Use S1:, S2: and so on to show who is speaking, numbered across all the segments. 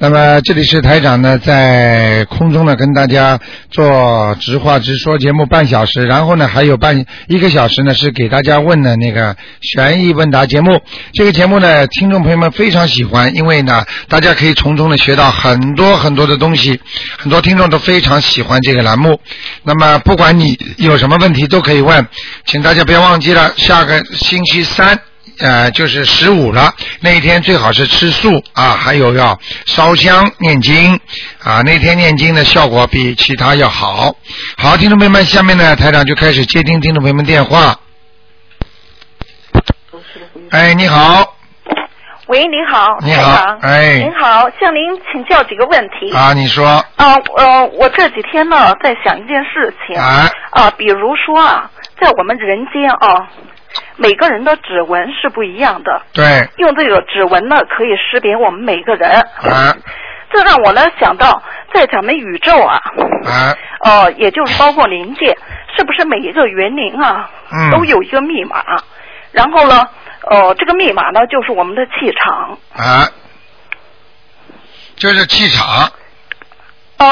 S1: 那么这里是台长呢，在空中呢跟大家做直话直说节目半小时，然后呢还有半一个小时呢是给大家问的那个悬疑问答节目。这个节目呢，听众朋友们非常喜欢，因为呢大家可以从中呢学到很多很多的东西，很多听众都非常喜欢这个栏目。那么不管你有什么问题都可以问，请大家不要忘记了，下个星期三。呃，就是十五了，那一天最好是吃素啊，还有要烧香念经啊，那天念经的效果比其他要好。好，听众朋友们，下面呢，台长就开始接听听众朋友们电话。哎，你好，
S2: 喂，您好，
S1: 你好
S2: 台长
S1: 哎
S2: 您好，向您请教几个问题。
S1: 啊，你说
S2: 啊，呃，我这几天呢在想一件事情
S1: 啊
S2: 啊，比如说啊，在我们人间啊，每个人的指纹是不一样的，
S1: 对
S2: 用这个指纹呢可以识别我们每个人。
S1: 啊
S2: 这让我呢想到，在咱们宇宙啊，
S1: 啊，
S2: 呃，也就是包括灵界，是不是每一个园林啊，
S1: 嗯
S2: 都有一个密码？然后呢，呃，这个密码呢就是我们的气场。
S1: 啊，就是气场。
S2: 啊，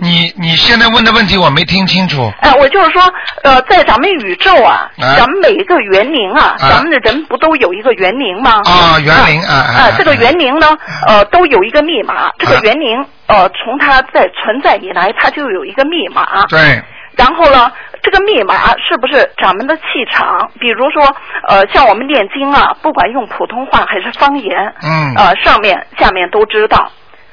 S1: 你你现在问的问题我没听清楚
S2: 哎，我就是说，呃，在咱们宇宙啊，
S1: 哎
S2: 咱们每一个园林啊，
S1: 哎
S2: 咱们的人不都有一个园林吗？
S1: 啊，园林啊
S2: 啊、
S1: 啊，啊
S2: 这个园林呢，呃，都有一个密码。这个
S1: 嗯哎
S2: 园林，呃，从它在存在以来，它就有一个密码。
S1: 对
S2: 然后呢，这个密码是不是咱们的气场？比如说，呃，像我们念经啊，不管用普通话还是方言，
S1: 嗯
S2: 呃，上面下面都知道。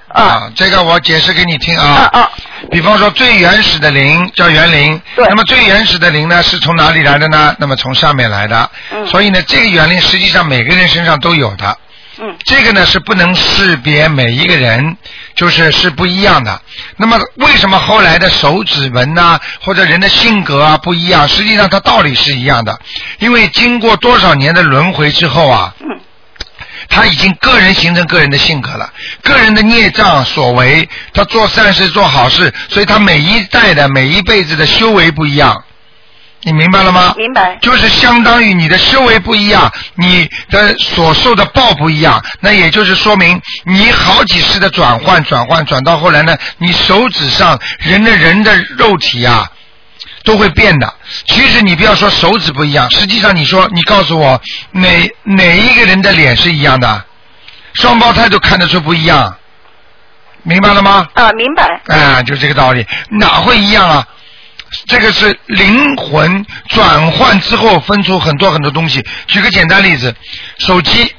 S1: 啊，这个我解释给你听
S2: 啊啊，
S1: 比方说最原始的灵叫园林，
S2: 对
S1: 那么最原始的灵呢是从哪里来的呢？那么从上面来的，
S2: 嗯
S1: 所以呢这个园林实际上每个人身上都有的，
S2: 嗯
S1: 这个呢是不能识别每一个人，就是是不一样的。那么为什么后来的手指纹呐、或者人的性格啊不一样？实际上它道理是一样的，因为经过多少年的轮回之后啊，
S2: 嗯
S1: 他已经个人形成个人的性格了，个人的孽障所为，他做善事做好事，所以他每一代的每一辈子的修为不一样，你明白了吗？
S2: 明白。
S1: 就是相当于你的修为不一样，你的所受的报不一样，那也就是说明你好几世的转换，转换转到后来呢，你手指上人的人的肉体啊，都会变的。其实你不要说手指不一样，实际上你说你告诉我哪哪一个人的脸是一样的，双胞胎都看得出不一样，明白了吗？
S2: 啊，明白。
S1: 啊，就这个道理，哪会一样啊？这个是灵魂转换之后分出很多很多东西。举个简单例子，手机，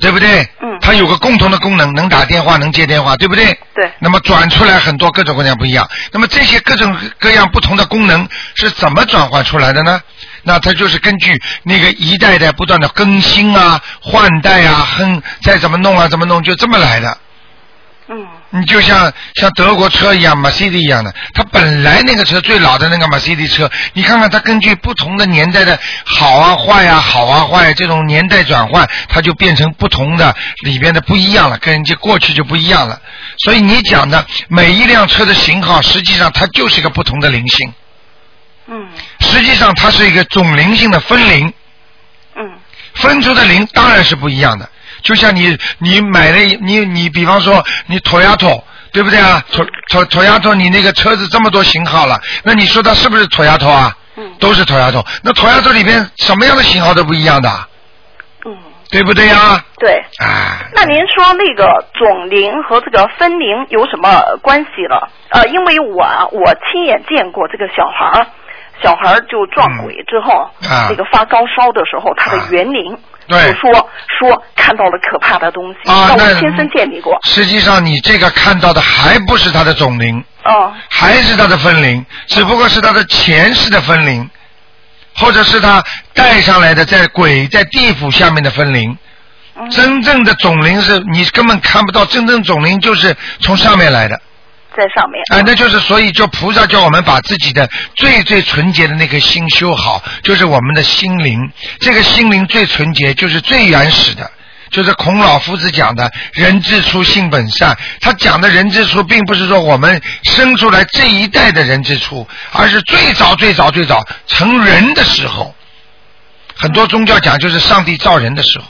S1: 对不对？
S2: 嗯
S1: 它有个共同的功能，能打电话，能接电话，对不对？
S2: 对
S1: 那么转出来很多各种各样不一样。那么这些各种各样不同的功能是怎么转换出来的呢？那它就是根据那个一代代不断的更新啊、换代啊、哼，再怎么弄啊、怎么弄，就这么来的。
S2: 嗯
S1: 你就像像德国车一样，Mercedes 一样的，它本来那个车最老的那个 Mercedes 车，你看看它根据不同的年代的好啊坏啊好啊坏啊这种年代转换，它就变成不同的里边的不一样了，跟人家过去就不一样了。所以你讲的每一辆车的型号，实际上它就是一个不同的灵性，
S2: 嗯
S1: 实际上它是一个总灵性的分灵。
S2: 嗯
S1: 分出的零当然是不一样的。就像你你买了一你你比方说你 Toyota 对不对啊？Toy Toyota 你那个车子这么多型号了，那你说它是不是 Toyota 啊？
S2: 嗯
S1: 都是 Toyota。那 Toyota 里边什么样的型号都不一样的，
S2: 嗯，
S1: 对不对呀、
S2: 对。
S1: 啊？哎，
S2: 那您说那个总龄和这个分龄有什么关系了？呃，因为我啊我亲眼见过这个小孩儿，小孩儿就撞鬼之后，
S1: 嗯啊
S2: 那个发高烧的时候，他
S1: 啊
S2: 的园林就
S1: 对
S2: 说、说看到了可怕的东西，
S1: 啊
S2: 让
S1: 那
S2: 我亲身见你过。
S1: 实际上你这个看到的还不是它的总零，
S2: 哦
S1: 还是它的分灵，只不过是它的前世的分灵，或者是它带上来的在鬼在地府下面的分灵。
S2: 嗯
S1: 真正的总灵是你根本看不到，真正总灵就是从上面来的，
S2: 在上面。
S1: 哎，那就是所以叫菩萨叫我们把自己的最最纯洁的那颗心修好，就是我们的心灵，这个心灵最纯洁，就是最原始的，就是孔老夫子讲的“人之初，性本善”。他讲的“人之初”，并不是说我们生出来这一代的人之初，而是最早、最早、最早成人的时候。很多宗教讲就是上帝造人的时候，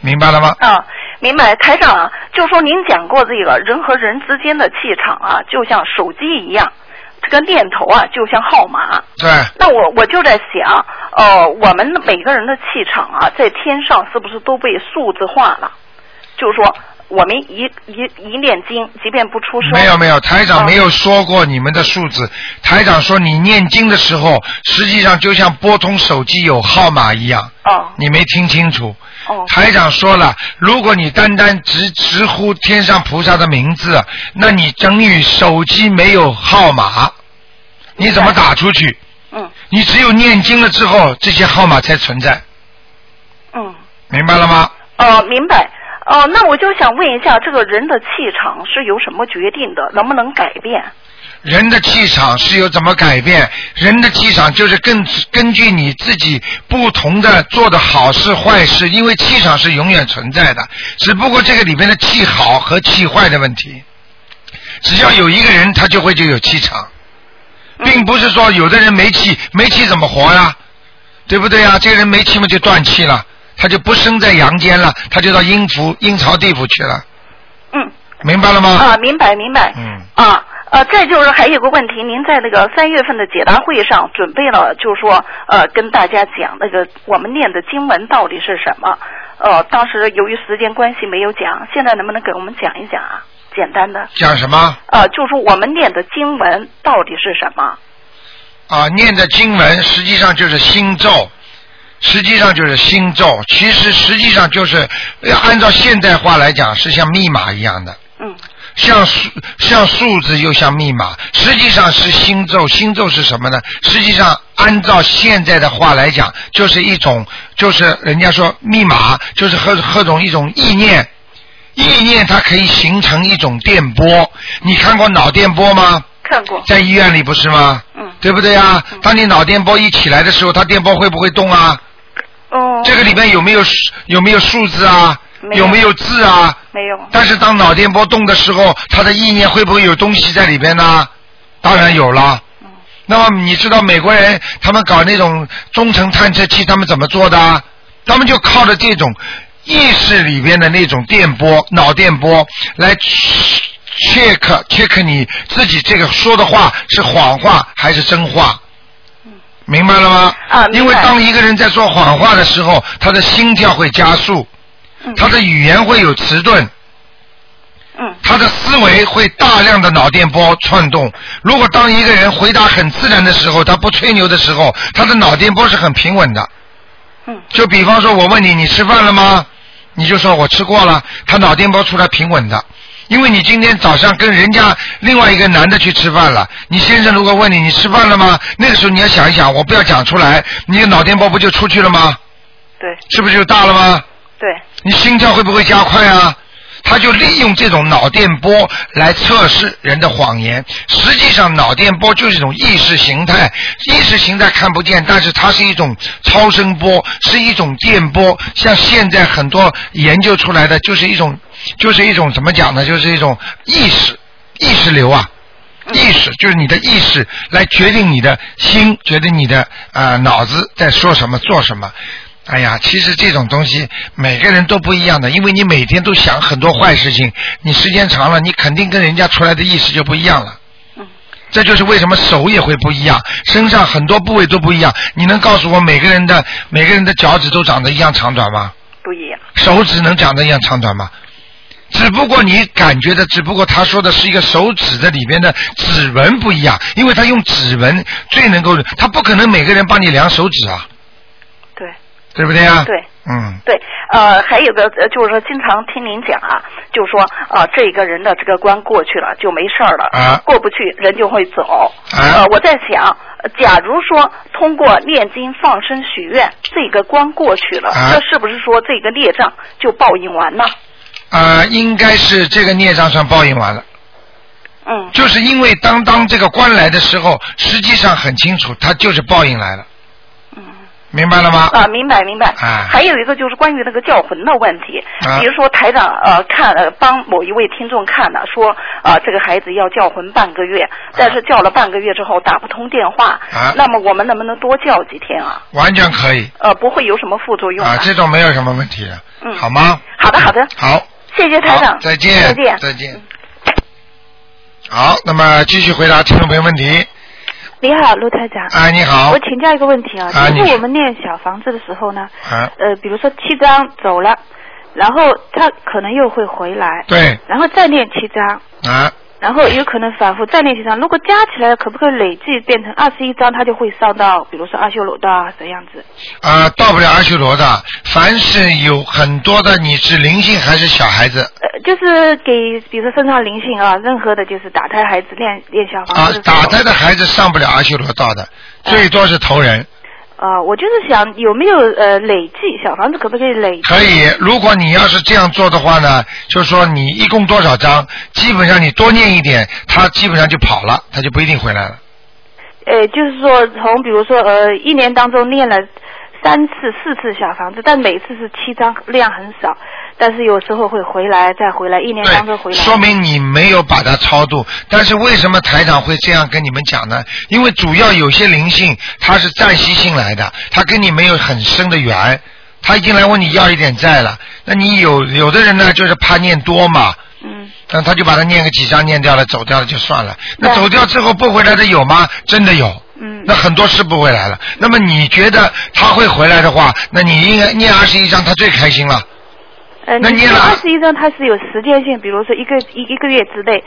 S1: 明白了吗？
S2: 啊，明白，台长啊，就说您讲过这个人和人之间的气场啊，就像手机一样，这个念头啊，就像号码。
S1: 对，
S2: 那我我就在想，呃，我们每个人的气场啊，在天上是不是都被数字化了？就是说，我们一一一念经，即便不出声，
S1: 没有没有，台长
S2: 啊
S1: 没有说过你们的数字。台长说你念经的时候，实际上就像拨通手机有号码一样，
S2: 哦
S1: 你没听清楚。
S2: 哦
S1: 台长说了，如果你单单直直呼天上菩萨的名字，那你等于手机没有号码，你怎么打出去？
S2: 嗯
S1: 你只有念经了之后，这些号码才存在，
S2: 嗯，
S1: 明白了吗？
S2: 哦，明白。哦，那我就想问一下，这个人的气场是由什么决定的？能不能改变？
S1: 人的气场是由怎么改变？人的气场就是根根据你自己不同的做的好事坏事，因为气场是永远存在的，只不过这个里面的气好和气坏的问题。只要有一个人，他就会就有气场，
S2: 嗯
S1: 并不是说有的人没气，没气怎么活呀、对不对呀、这个人没气嘛就断气了，他就不生在阳间了，他就到阴府、阴曹地府去了，
S2: 嗯
S1: 明白了吗？
S2: 啊，明白明白。
S1: 嗯。
S2: 啊，呃，再就是还有个问题，您在那个三月份的解答会上准备了，就是说，呃，跟大家讲那个我们念的经文到底是什么？呃，当时由于时间关系没有讲，现在能不能给我们讲一讲啊？简单的，
S1: 讲什么？
S2: 呃，就是说我们念的经文到底是什么？
S1: 啊，念的经文实际上就是心咒，实际上就是心咒，其实实际上就是呃按照现代化来讲是像密码一样的，
S2: 嗯
S1: 像数像数字又像密码，实际上是心咒。心咒是什么呢？实际上按照现在的话来讲，就是一种，就是人家说密码，就是和和种一种意念。意念它可以形成一种电波，你看过脑电波吗？
S2: 看过。
S1: 在医院里不是吗？
S2: 嗯
S1: 对不对啊？当你脑电波一起来的时候，它电波会不会动啊？
S2: 哦，
S1: 这个里面有没有数有没有数字啊？
S2: 没有
S1: 有没有字啊？
S2: 没有。
S1: 但是当脑电波动的时候，它的意念会不会有东西在里边呢？当然有了。那么你知道美国人他们搞那种中程探测器，他们怎么做的啊？他们就靠着这种意识里边的那种电波、脑电波来 check check 你自己这个说的话是谎话还是真话。明白了吗？
S2: 啊明白
S1: 因为当一个人在说谎话的时候，他的心跳会加速，
S2: 嗯
S1: 他的语言会有迟钝，
S2: 嗯
S1: 他的思维会大量的脑电波窜动。如果当一个人回答很自然的时候，他不吹牛的时候，他的脑电波是很平稳的。
S2: 嗯
S1: 就比方说，我问你，你吃饭了吗？你就说我吃过了，他脑电波出来平稳的。因为你今天早上跟人家另外一个男的去吃饭了，你先生如果问你你吃饭了吗？那个时候你要想一想，我不要讲出来，你的脑电波不就出去了吗？
S2: 对
S1: 是不是就大了吗？
S2: 对
S1: 你心跳会不会加快啊？他就利用这种脑电波来测试人的谎言。实际上，脑电波就是一种意识形态，意识形态看不见，但是它是一种超声波，是一种电波。像现在很多研究出来的，就是一种，就是一种怎么讲呢？就是一种意识意识流啊。意识就是你的意识来决定你的心，决定你的呃脑子在说什么做什么。哎呀，其实这种东西每个人都不一样的，因为你每天都想很多坏事情，你时间长了，你肯定跟人家出来的意识就不一样了。这就是为什么手也会不一样，身上很多部位都不一样。你能告诉我每个人的每个人的脚趾都长得一样长短吗？
S2: 不一样。
S1: 手指能长得一样长短吗？只不过你感觉的，只不过他说的是一个手指的里边的指纹不一样，因为他用指纹最能够，他不可能每个人帮你量手指啊，
S2: 对
S1: 对不对啊？
S2: 对。
S1: 嗯，
S2: 对，呃，还有个呃就是说，经常听您讲啊，就是说，呃，这个人的这个关过去了就没事儿了，
S1: 啊
S2: 过不去人就会走。
S1: 啊
S2: 呃，我在想，呃假如说通过念经放生许愿，这个关过去了，
S1: 啊
S2: 这是不是说这个孽障就报应完了？
S1: 啊、应该是这个孽障算报应完了。
S2: 嗯
S1: 就是因为当当这个官来的时候，实际上很清楚，他就是报应来了。
S2: 嗯
S1: 明白了吗？
S3: 啊，明白明白。
S1: 哎
S3: 还有一个就是关于那个叫魂的问题，
S1: 啊
S3: 比如说台长呃看呃帮某一位听众看了，说啊、这个孩子要叫魂半个月，但是叫了半个月之后打不通电话，
S1: 啊
S3: 那么我们能不能多叫几天啊？
S1: 完全可以
S3: 呃，不会有什么副作用吧
S1: 啊，这种没有什么问题的，
S3: 嗯
S1: 好吗？嗯
S3: 好的好的，
S1: 好，
S3: 谢谢台
S1: 好
S3: 长，
S1: 再见，
S3: 再见。
S1: 再见。好，那么继续回答听众朋友问题。
S3: 啊
S2: 你好，陆台长。
S1: 哎，你好
S2: 我，请教一个问题啊，
S1: 啊
S2: 就是
S1: 你
S2: 我们念小房子的时候呢，
S1: 啊，
S2: 呃，比如说七章走了，然后他可能又会回来，
S1: 对，
S2: 然后再念七章，
S1: 啊，
S2: 然后有可能反复再念七章。如果加起来，可不可以累计变成二十一章？他就会上到，比如说阿修罗道啊，这样子。
S1: 啊，到不了阿修罗的，凡是有很多的，你是灵性还是小孩子
S2: 呃，就是给，比如说身上灵性啊，任何的，就是打胎孩子练练小房
S1: 啊
S2: 子的时候。，
S1: 打胎的孩子上不了阿修罗道的，
S2: 嗯
S1: 最多是投人。
S2: 啊，我就是想有没有呃累计小房子可不可以累？
S1: 可以，如果你要是这样做的话呢，就说你一共多少张，基本上你多念一点，他基本上就跑了，他就不一定回来了。
S2: 呃，就是说从比如说呃一年当中练了三次四次小房子，但每次是七张，量很少，但是有时候会回来再回来，一年当中嗯回
S1: 对，
S2: 来。
S1: 说明你没有把它超度。但是为什么台长会这样跟你们讲呢？因为主要有些灵性它是暂时性来的，它跟你没有很深的缘，他已经来问你要一点债了。那你有有的人呢，就是怕念多嘛，
S2: 嗯，
S1: 那他就把它念个几张念掉了，走掉了就算了。那
S2: 对
S1: 走掉之后不回来的有吗？真的有。
S2: 嗯
S1: 那很多是不回来了。那么你觉得他会回来的话，那你应该念二十一章，他最开心了。
S2: 呃，
S1: 那
S2: 你
S1: 你
S2: 说
S1: 哪
S2: 二十一张它是有时间性，比如说一个一一个月之内，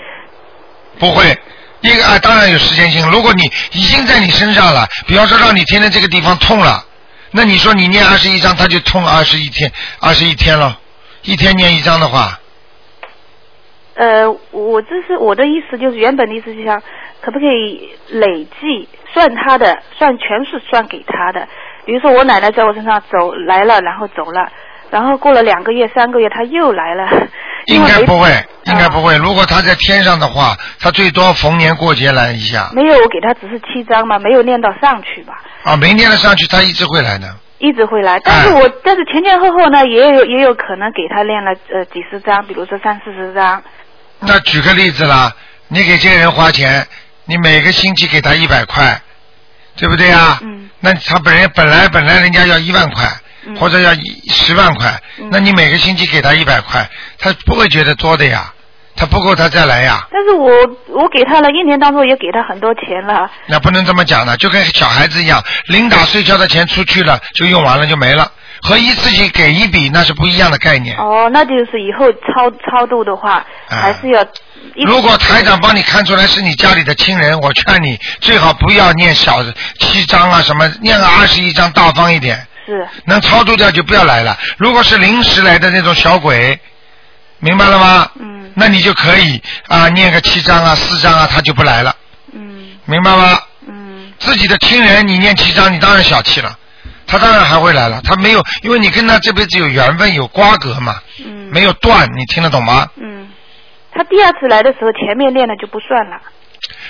S1: 不会，一个啊，当然有时间性。如果你已经在你身上了，比方说让你天天这个地方痛了，那你说你念二十一章，他就痛二十一天，二十一天了。一天念一章的话，
S2: 呃，我这是我的意思，就是原本的意思，就像可不可以累计算他的，算全是算给他的。比如说我奶奶在我身上走来了，然后走了，然后过了两个月、三个月，她又来了。因
S1: 应
S2: 为
S1: 该
S2: 没
S1: 不会，应该不
S2: 啊
S1: 会。如果他在天上的话，他最多逢年过节来一下
S2: 没有，我给她只是七张嘛，没有念到上去吧，
S1: 啊，没念得上
S2: 嗯
S1: 去，他一直会来的。
S2: 一直会来。但是
S1: 哎
S2: 我、但是前前后后呢，也有也有可能给她练了呃几十张，比如说三四十张。
S1: 那举个例子啦，你给这个人花钱，你每个星期给他一百块，对不对啊？
S2: 嗯。
S1: 那他本人本来本来人家要一万块，
S2: 嗯
S1: 或者要一十万块，
S2: 嗯
S1: 那你每个星期给他一百块，他不会觉得多的呀，他不够他再来呀。
S2: 但是我我给她了一年当中也给她很多钱了。
S1: 那不能这么讲的，就跟小孩子一样，临打睡觉的钱出去了就用完了就没了，和一次性给一笔那是不一样的概念。
S2: 哦，那就是以后超超度的话，还是要一
S1: 啊如果台长帮你看出来是你家里的亲人，我劝你最好不要念小七章啊什么，念个二十一章大方一点，
S2: 是
S1: 能超度掉就不要来了。如果是临时来的那种小鬼，明白了吗？
S2: 嗯
S1: 那你就可以啊，念个七章啊、四章啊，他就不来了，
S2: 嗯
S1: 明白吗？
S2: 嗯
S1: 自己的亲人你念七章，你当然小气了，他当然还会来了。他没有，因为你跟他这辈子有缘分、有瓜葛嘛，
S2: 嗯
S1: 没有断，你听得懂吗？
S2: 嗯，他第二次来的时候，前面练的就不算了。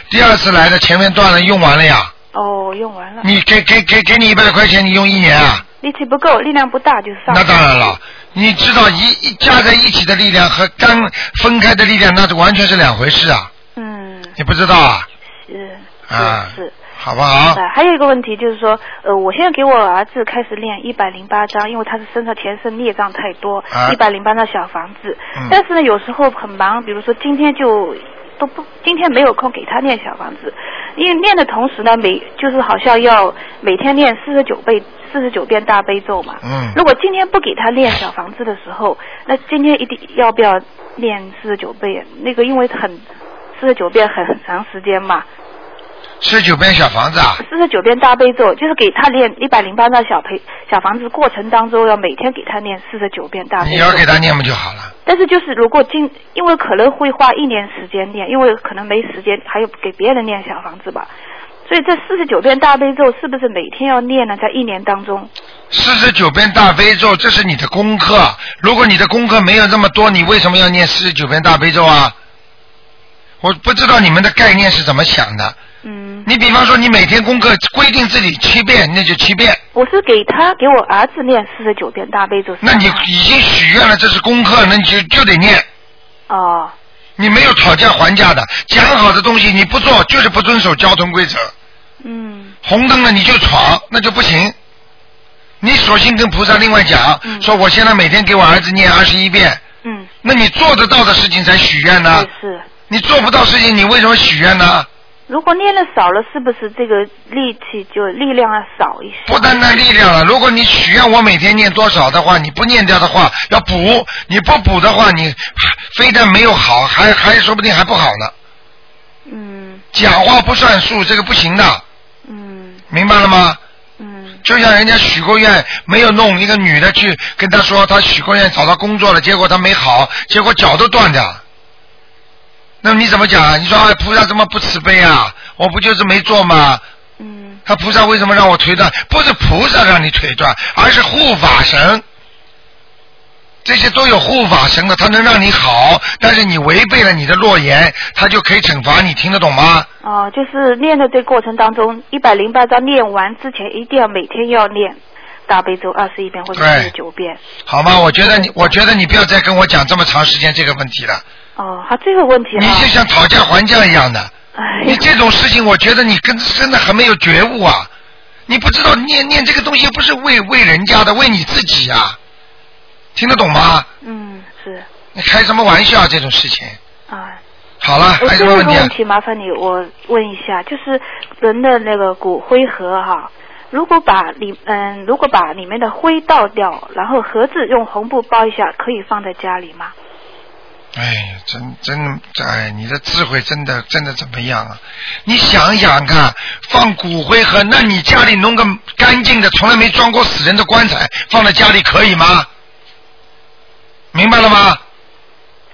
S1: 第二次来的前面断了，用完了呀。
S2: 哦，用完 了，
S1: 你给给给给你一百块钱，你用一年啊？
S2: 力气不够，力量不大，就是上。
S1: 那当然了，你知道一一加在一起的力量和干分开的力量，那是完全是两回事啊！
S2: 嗯
S1: 你不知道啊？
S2: 是
S1: 啊
S2: 是是。
S1: 好不好？
S2: 呃，还有一个问题就是说，呃，我现在给我儿子开始练一百零八章，因为他是身上前身孽障太多
S1: 啊，
S2: 一百零八张小房子。
S1: 嗯
S2: 但是呢，有时候很忙，比如说今天就都不，今天没有空给他练小房子，因为练的同时呢，每就是好像要每天练四十九倍。四十九遍大悲咒嘛，
S1: 嗯
S2: 如果今天不给他练小房子的时候，那今天一定要不要练四十九遍？那个因为很四十九遍很很长时间嘛，
S1: 十九遍小房子啊？
S2: 四十九遍大悲咒，就是给他练一百零八张小陪小房子过程当中，要每天给他念四十九遍大悲
S1: 你
S2: 咒
S1: 要。给他念不就好了？
S2: 但是就是如果今，因为可能会花一年时间念，因为可能没时间，还有给别人念小房子吧。所以这四十九遍大悲咒是不是每天要念呢？在一年当中，
S1: 四十九遍大悲咒，这是你的功课。如果你的功课没有这么多，你为什么要念四十九遍大悲咒啊？我不知道你们的概念是怎么想的。
S2: 嗯，
S1: 你比方说，你每天功课规定自己七遍，那就七遍。
S2: 我是给他给我儿子念四十九遍大悲咒。
S1: 那你已经许愿了，这是功课，那你就就得念。
S2: 哦，
S1: 你没有讨价还价的，讲好的东西你不做，就是不遵守交通规则。
S2: 嗯
S1: 红灯了你就闯，那就不行。你索性跟菩萨另外讲，
S2: 嗯
S1: 说我现在每天给我儿子念二十一遍，
S2: 嗯，
S1: 那你做得到的事情才许愿呢
S2: 也。是。
S1: 你做不到事情，你为什么许愿呢？
S2: 如果念的少了，是不是这个力气就力量要少一些？
S1: 不单单力量了，如果你许愿我每天念多少的话，你不念掉的话要补，你不补的话，你非但没有好，还还说不定还不好呢。
S2: 嗯
S1: 讲话不算数，这个不行的，
S2: 嗯
S1: 明白了吗？
S2: 嗯
S1: 就像人家许过愿没有弄，一个女的去跟他说她许过愿找到工作了，结果她没好，结果脚都断掉。那么你怎么讲啊？你说、哎、菩萨怎么不慈悲啊？我不就是没做吗？
S2: 嗯
S1: 他菩萨为什么让我腿断？不是菩萨让你腿断，而是护法神。这些都有护法神的，他能让你好，但是你违背了你的诺言，他就可以惩罚你，听得懂吗？
S2: 哦，就是念的这过程当中，一百零八章念完之前，一定要每天要念大悲咒二十一遍或者四十九遍。
S1: 好吗？我觉得你，我觉得你不要再跟我讲这么长时间这个问题了，
S2: 哦，还最后问题
S1: 你就
S2: 啊，
S1: 像讨价还价一样的。
S2: 哎
S1: 你这种事情，我觉得你跟真的很没有觉悟啊！你不知道念念这个东西不是为为人家的，为你自己啊，听得懂吗？
S2: 嗯是
S1: 你开什么玩笑啊、这种事情？
S2: 啊。
S1: 好了，
S2: 我
S1: 还有什
S2: 最
S1: 么
S2: 后一
S1: 问
S2: 个
S1: 题啊
S2: 问？题，麻烦你我问一下，就是人的那个骨灰盒哈、如果把里嗯，如果把里面的灰倒掉，然后盒子用红布包一下，可以放在家里吗？
S1: 哎，真真哎，你的智慧真的真的怎么样啊？你想想看，放骨灰盒，那你家里弄个干净的，从来没装过死人的棺材，放在家里可以吗？明白了吗？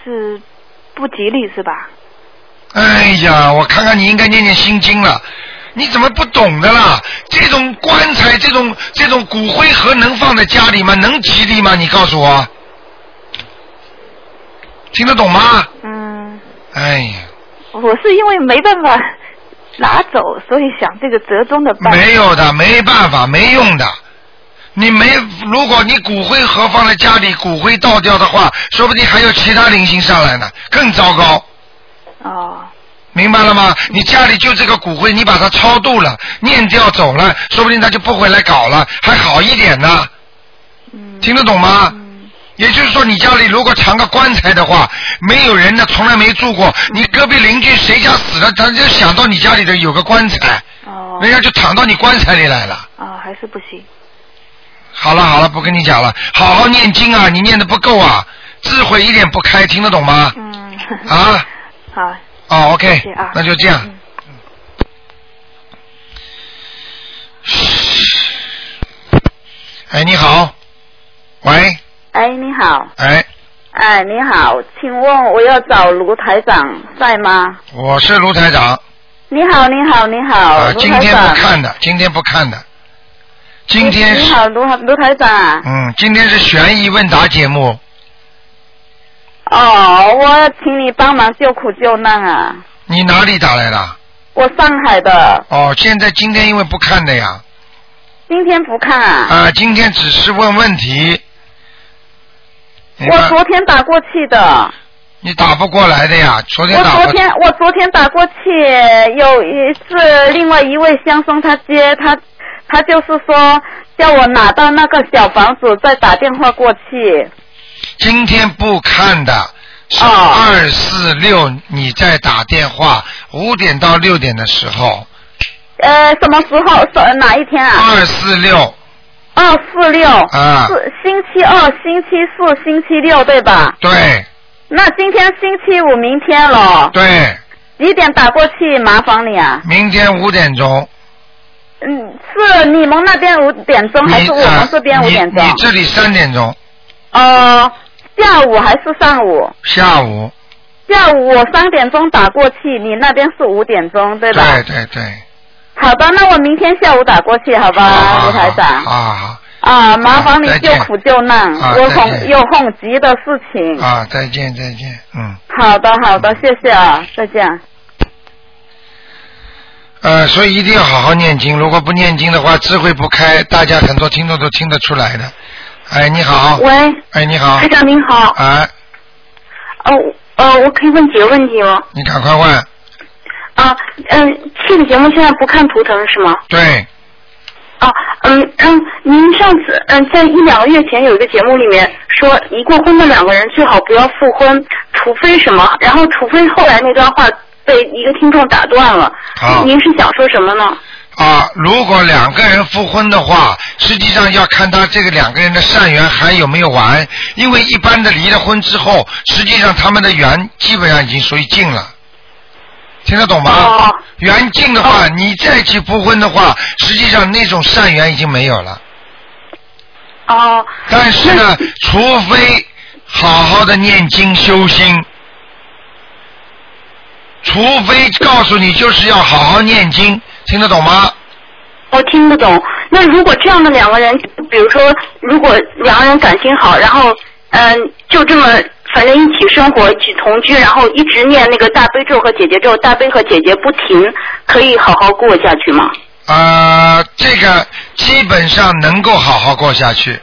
S2: 是不吉利是吧？
S1: 哎呀，我看看你应该念念心经了。你怎么不懂的啦？这种棺材，这种这种骨灰盒能放在家里吗？能吉利吗？你告诉我，听得懂吗？
S2: 嗯，
S1: 哎呀，
S2: 我是因为没办法拿走，所以想这个折中的办法。
S1: 没有的，没办法，没用的。你没，如果你骨灰盒放在家里，骨灰倒掉的话，说不定还有其他灵性上来呢，更糟糕，
S2: 哦，
S1: 明白了吗？你家里就这个骨灰，你把它超度了，念掉走了，说不定他就不回来搞了，还好一点呢，
S2: 嗯，
S1: 听得懂吗？
S2: 嗯
S1: 也就是说，你家里如果藏个棺材的话，没有人呢，从来没住过，你隔壁邻居谁家死了，他就想到你家里的有个棺材，
S2: 哦
S1: 人家就躺到你棺材里来了。
S2: 哦，还是不行。
S1: 好了好了，不跟你讲了，好好念经啊，你念的不够啊，智慧一点不开，听得懂吗？
S2: 嗯，
S1: 啊，
S2: 好，
S1: 哦，OK，
S2: 谢谢啊
S1: 那就这样。
S2: 嗯
S1: 哎，你好，喂，
S4: 哎，你好，
S1: 哎，
S4: 哎，你好，请问我要找卢台长在吗？
S1: 我是卢台长
S4: 你好，你好，你好，
S1: 啊，
S4: 哦卢
S1: 今
S4: 台
S1: 天
S4: 长
S1: 不。看的，今天不看的，今天
S4: 你
S1: 是
S4: 好，卢卢台长啊。
S1: 嗯，今天是悬疑问答节目，
S4: 哦，我请你帮忙救苦救难啊！
S1: 你哪里打来的？
S4: 我上海的，
S1: 哦，现在今天因为不看的呀，
S4: 今天不看啊。
S1: 啊，今天只是问问题，明白
S4: 我昨天打过去的，
S1: 你打不过来的呀，昨天
S4: 我
S1: 打
S4: 昨
S1: 不
S4: 天我昨天打过去，有一次另外一位乡绅他接他，他就是说叫我拿到那个小房子再打电话过去。
S1: 今天不看的，是
S4: 哦
S1: 二四六你在打电话，五点到六点的时候，
S4: 呃，什么时候？是哪一天啊？
S1: 二四六
S4: 二四六。
S1: 啊，
S4: 是星期二、星期四、星期六，对吧？
S1: 对
S4: 那今天星期五，明天了，
S1: 对，
S4: 几点打过去？麻烦你啊。
S1: 明天五点钟，
S4: 嗯，是你们那边五点钟，
S1: 你
S4: 还是我
S1: 呃
S4: 们这边五点钟
S1: 你？你这里三点钟，
S4: 呃，下午还是上午？
S1: 下午，
S4: 下午我三点钟打过去，你那边是五点钟，对吧？
S1: 对对对，
S4: 好的，那我明天下午打过去，好吧，
S1: 好
S4: 卢台长。
S1: 啊好好
S4: 啊，麻烦你
S1: 啊再
S4: 救
S1: 见
S4: 苦救难，
S1: 啊
S4: 我
S1: 再
S4: 很
S1: 见
S4: 有很急的事情。
S1: 好啊，再见再见，嗯。
S4: 好的，好的，谢谢啊，再见。
S1: 啊、呃，所以一定要好好念经。如果不念经的话，智慧不开，大家很多听众都听得出来的。哎，你好。
S4: 喂。
S1: 哎，你好
S4: 台。长您好，
S1: 哎，
S4: 呃呃，我可以问几个问题吗？
S1: 你赶快问。
S4: 啊，嗯，这个节目现在不看图腾是吗？
S1: 对，
S4: 啊，嗯嗯，您上次嗯在一两个月前有一个节目里面说，离过婚的两个人最好不要复婚，除非什么，然后除非后来那段话被一个听众打断了。
S1: 好
S4: 您是想说什么呢？
S1: 啊，如果两个人复婚的话，实际上要看他这个两个人的善缘还有没有完，因为一般的离了婚之后，实际上他们的缘基本上已经属于尽了，听得懂吗
S4: 哦？
S1: 缘尽的话，你再去复婚的话，实际上那种善缘已经没有了。
S4: 哦、
S1: 但是呢，除非好好的念经修心，除非告诉你就是要好好念经，听得懂吗？
S4: 我听不懂。那如果这样的两个人，比如说，如果两个人感情好，然后嗯、就这么反正一起生活，一起同居，然后一直念那个大悲咒和姐姐咒，大悲和姐姐不停，可以好好过下去吗？
S1: 啊，这个基本上能够好好过下去，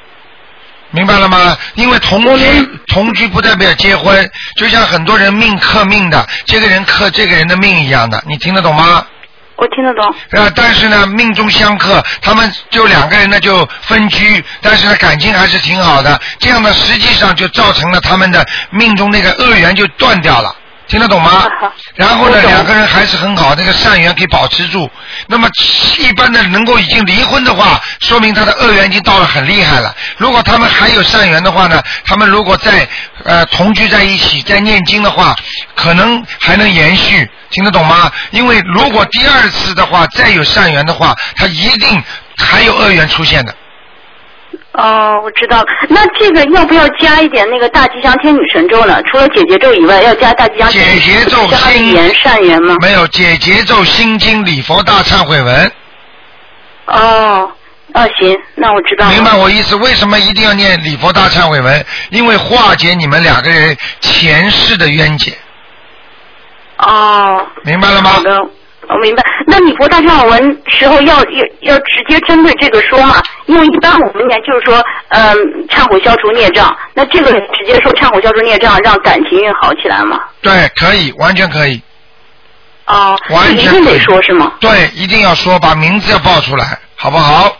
S1: 明白了吗？因为同居同居不代表结婚，就像很多人命克命的，这个人克这个人的命一样的，你听得懂吗？
S4: 我听得懂。
S1: 呃，但是呢，命中相克，他们就两个人呢就分居，但是呢感情还是挺好的，这样呢实际上就造成了他们的命中那个恶缘就断掉了，听得懂 吗？然后呢，
S4: 我懂
S1: 两个人还是很好，那个善缘可以保持住。那么一般的能够已经离婚的话，说明他的恶缘已经到了很厉害了。如果他们还有善缘的话呢，他们如果在呃同居在一起，在念经的话，可能还能延续，听得懂吗？因为如果第二次的话再有善缘的话，他一定还有恶缘出现的。
S4: 哦，我知道了。那这个要不要加一点那个大吉祥天女神咒呢？除了姐姐咒以外，要加大吉祥天
S1: 解
S4: 女
S1: 结
S4: 神
S1: 咒
S4: 加一
S1: 心
S4: 点善缘吗？
S1: 没有解结咒心经礼佛大忏悔文。
S4: 哦，哦，行，那我知道了。
S1: 明白我意思？为什么一定要念礼佛大忏悔文？因为化解你们两个人前世的冤结，
S4: 哦。
S1: 明白了吗
S4: 好？的，我明白。那你佛大忏悔文时候要要要直接针对这个说嘛？因为一般我们念就是说，嗯、忏悔消除孽障。那这个直接说忏悔消除孽障，让感情运好起来嘛？
S1: 对，可以，完全可以，
S4: 哦、
S1: 完
S4: 一
S1: 全
S4: 定
S1: 可
S4: 得
S1: 以
S4: 说是吗？
S1: 对，一定要说，把名字要报出来，好不好？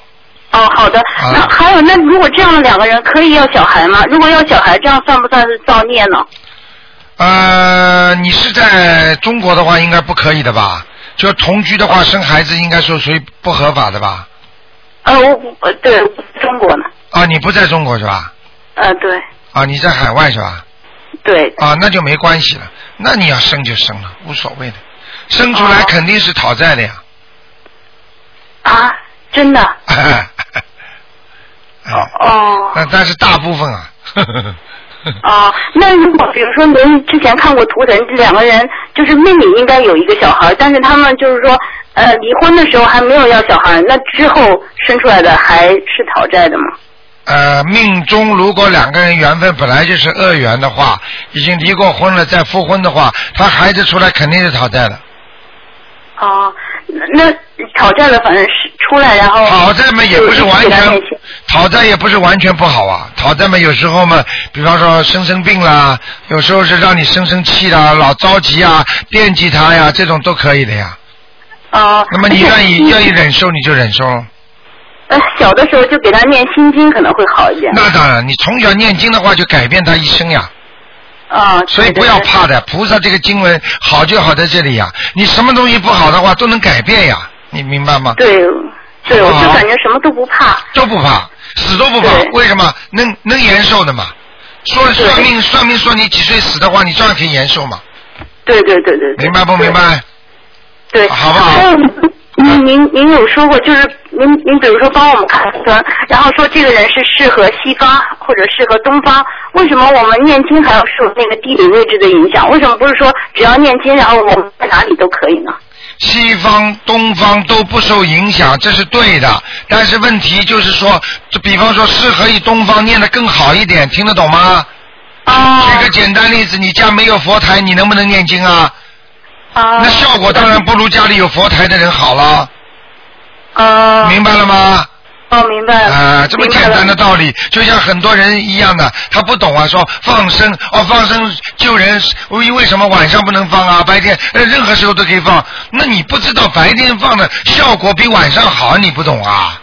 S4: 哦，好的。
S1: 好
S4: 那还有，那如果这样的两个人可以要小孩吗？如果要小孩，这样算不算是造孽呢？
S1: 呃，你是在中国的话，应该不可以的吧？就同居的话，生孩子应该说属于不合法的吧？
S4: 呃，我呃，对，中国呢？
S1: 啊，你不在中国是吧？
S4: 呃，对
S1: 啊，你在海外是吧？
S4: 对，
S1: 啊，那就没关系了，那你要生就生了，无所谓的，生出来
S4: 哦
S1: 肯定是讨债的呀。
S4: 啊，真的
S1: 哎，
S4: 哦。
S1: 但但是大部分啊，呵呵呵
S4: 哦，那如果比如说您之前看过图腾，这两个人就是命里应该有一个小孩，但是他们就是说，呃，离婚的时候还没有要小孩，那之后生出来的还是讨债的吗？
S1: 呃，命中如果两个人缘分本来就是恶缘的话，已经离过婚了再复婚的话，他孩子出来肯定是讨债的，
S4: 哦，那那讨债的反正是出来然后
S1: 讨债嘛也不是完
S4: 就一起给他
S1: 全
S4: 念经，
S1: 讨债也不是完全不好啊，讨债嘛有时候嘛，比方说生生病啦，有时候是让你生生气啦，老着急啊，惦记他呀，这种都可以的呀。
S4: 哦，
S1: 那么你
S4: 而且
S1: 愿意
S4: 心
S1: 愿意忍受你就忍受咯。
S4: 呃小的时候就给他念心经可能会好一点。
S1: 那当然，你从小念经的话，就改变他一生呀。
S4: 啊、哦，
S1: 所以
S4: 对
S1: 不要。怕的，菩萨这个经文好就好在这里呀。你什么东西不好的话都能改变呀，你明白吗？
S4: 对对，对我
S1: 好
S4: 就感觉什么都不怕。
S1: 都不怕，死都不怕
S4: 对，
S1: 为什么？能能延寿的嘛。说
S4: 对
S1: 算命算命说你几岁死的话，你照样可以延寿嘛，
S4: 对对对对。对
S1: 明白不明？白？
S4: 对，
S1: 好不好
S4: 还有您您您有说过，就是您您比如说帮我们看图腾，然后说这个人是适合西方或者适合东方，为什么我们念经还要受那个地理位置的影响？为什么不是说只要念经，然后我们在哪里都可以呢？
S1: 西方、东方都不受影响，这是对的。但是问题就是说，就比方说适合于东方念的更好一点，听得懂吗？
S4: 哦
S1: 举个简单例子，你家没有佛台，你能不能念经啊？
S4: 啊
S1: 那效果当然不如家里有佛台的人好了，
S4: 啊
S1: 明白了吗？
S4: 哦，明白了。
S1: 啊，这么简单的
S4: 明白了
S1: 道理，就像很多人一样的，他不懂啊，说放生哦，放生救人，为为什么晚上不能放啊？白天呃任何时候都可以放，那你不知道白天放的效果比晚上好，你不懂啊？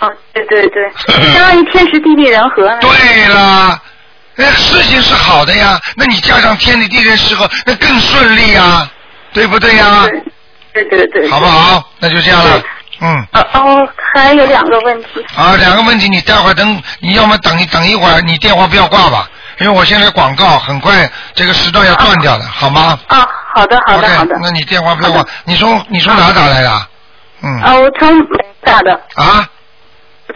S4: 哦，对对 对，相当于天时地利人和呢。
S1: 对啦，那事情是好的呀，那你加上天理地人适合，那更顺利呀，对不对呀？
S4: 对对对。对
S1: 啊好不？好？那就这样了
S4: 对，
S1: 嗯。
S4: 呃哦，还有两个问题。
S1: 啊，两个问题，你待会儿等，你要么等一等一会儿，你电话不要挂吧，因为我现在广告很快这个时段要断掉了，好吗
S4: 啊，好的好的
S1: o
S4: 好
S1: k
S4: 的。
S1: 那你电话不要
S4: 好
S1: 挂
S4: 的，
S1: 你从你从哪打来的？嗯
S4: 啊，我从美国打的，
S1: 啊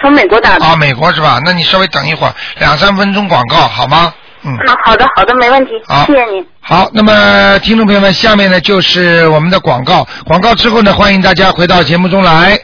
S4: 从美国打的。
S1: 啊，美国是吧？那你稍微等一会儿，两三分钟广告好吗？嗯，
S4: 嗯，好的好的，没问题
S1: 好，
S4: 谢谢你。
S1: 好，那么听众朋友们，下面呢就是我们的广告，广告之后呢，欢迎大家回到节目中来。